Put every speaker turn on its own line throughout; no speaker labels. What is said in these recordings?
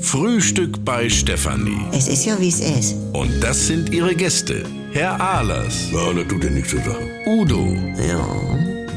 Frühstück bei Stefanie.
Es ist ja, wie es ist.
Und das sind ihre Gäste. Herr Ahlers.
Ja, das tut ja nichts zu sagen.
Udo
Ja,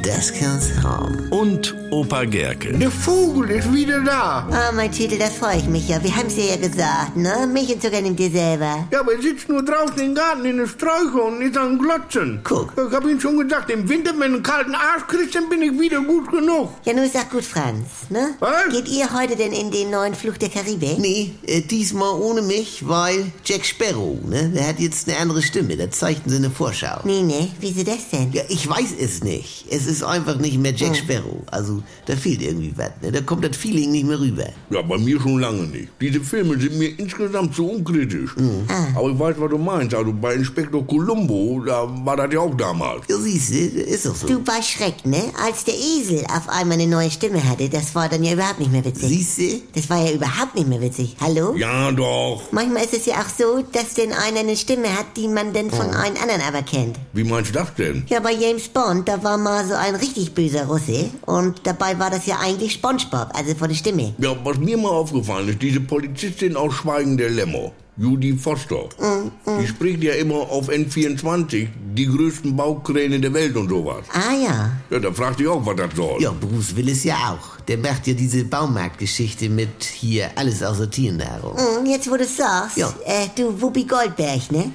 das kann's haben.
und Opa Gerke.
Der Vogel ist wieder da.
Ah, mein Titel, da freue ich mich ja. Wir haben's dir ja gesagt, ne? Mich und sogar nimmt dir selber.
Ja, aber er sitzt nur draußen im Garten in den Sträuchern und ist am Glotzen.
Guck.
Ich hab ihm schon gesagt, im Winter, wenn du einen kalten Arsch kriegst, dann bin ich wieder gut genug.
Ja, nun sag gut, Franz, ne?
Was?
Geht ihr heute denn in den neuen Fluch der Karibik?
Nee, äh, diesmal ohne mich, weil Jack Sparrow, ne? Der hat jetzt eine andere Stimme, da zeigten sie eine Vorschau.
Nee, nee, wieso das denn?
Ja, ich weiß es nicht. Es ist einfach nicht mehr
Hm.
Jack Sparrow. Also, da fehlt irgendwie was, ne? Da kommt das Feeling nicht mehr rüber.
Ja, bei mir schon lange nicht. Diese Filme sind mir insgesamt zu unkritisch.
Hm. Ah,
Aber ich weiß, was du meinst. Also bei Inspektor Columbo, da war das ja auch damals.
Ja, siehst du, ist doch so.
Du war Schreck, ne? Als der Esel auf einmal eine neue Stimme hatte, das war dann ja überhaupt nicht mehr witzig.
Siehst du?
Das war ja überhaupt nicht mehr witzig. Hallo?
Ja, doch.
Manchmal ist es ja auch so, dass denn einer eine Stimme hat, die man dann von einem anderen aber kennt.
Wie meinst du das denn?
Ja, bei James Bond, da war mal so ein richtig böser Russe und dabei war das ja eigentlich Spongebob, also von der Stimme.
Ja, was mir mal aufgefallen ist, diese Polizistin aus Schweigen der Lämmer, Judy Foster,
Mhm,
die spricht ja immer auf N24 die größten Baukräne der Welt und sowas.
Ah ja.
Ja, da fragt ich auch, was das soll.
Ja, Bruce Willis ja auch. Der macht ja diese Baumarktgeschichte mit hier alles außer Tieren herum.
Hm, Jetzt, wo du es sagst,
Ja.
äh, du Whoopi Goldberg, ne?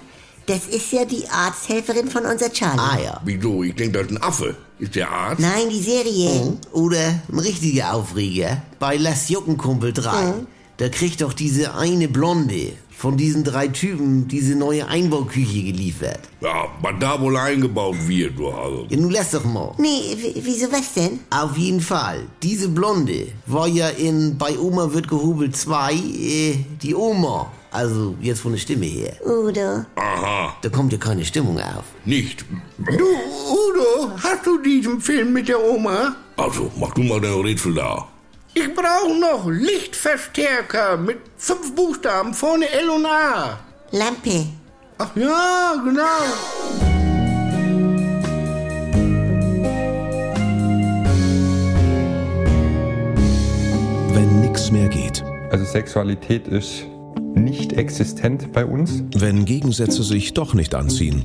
Das ist ja die Arzthelferin von unser Charlie.
Ah ja.
Wieso? Ich denke, das ist ein Affe. Ist der Arzt?
Nein, die Serie.
Hm. Oder ein richtiger Aufreger bei Lass Jucken Kumpel 3. Da kriegt doch diese eine Blonde von diesen drei Typen diese neue Einbauküche geliefert.
Ja, was da wohl eingebaut wird, du also.
Ja, nun lass doch mal.
Nee, w- wieso was denn?
Auf jeden Fall. Diese Blonde war ja in Bei Oma wird gehobelt 2 äh, die Oma. Also jetzt von der Stimme her.
Udo.
Aha,
Da kommt ja keine Stimmung auf.
nicht.
Du, Udo, hast du diesen Film mit der Oma?
Also, mach du mal dein Rätsel da.
Ich brauche noch Lichtverstärker mit fünf Buchstaben, vorne L und A.
Lampe.
Ach ja, genau.
Wenn nix mehr geht.
Also Sexualität ist nicht existent bei uns.
Wenn Gegensätze sich doch nicht anziehen.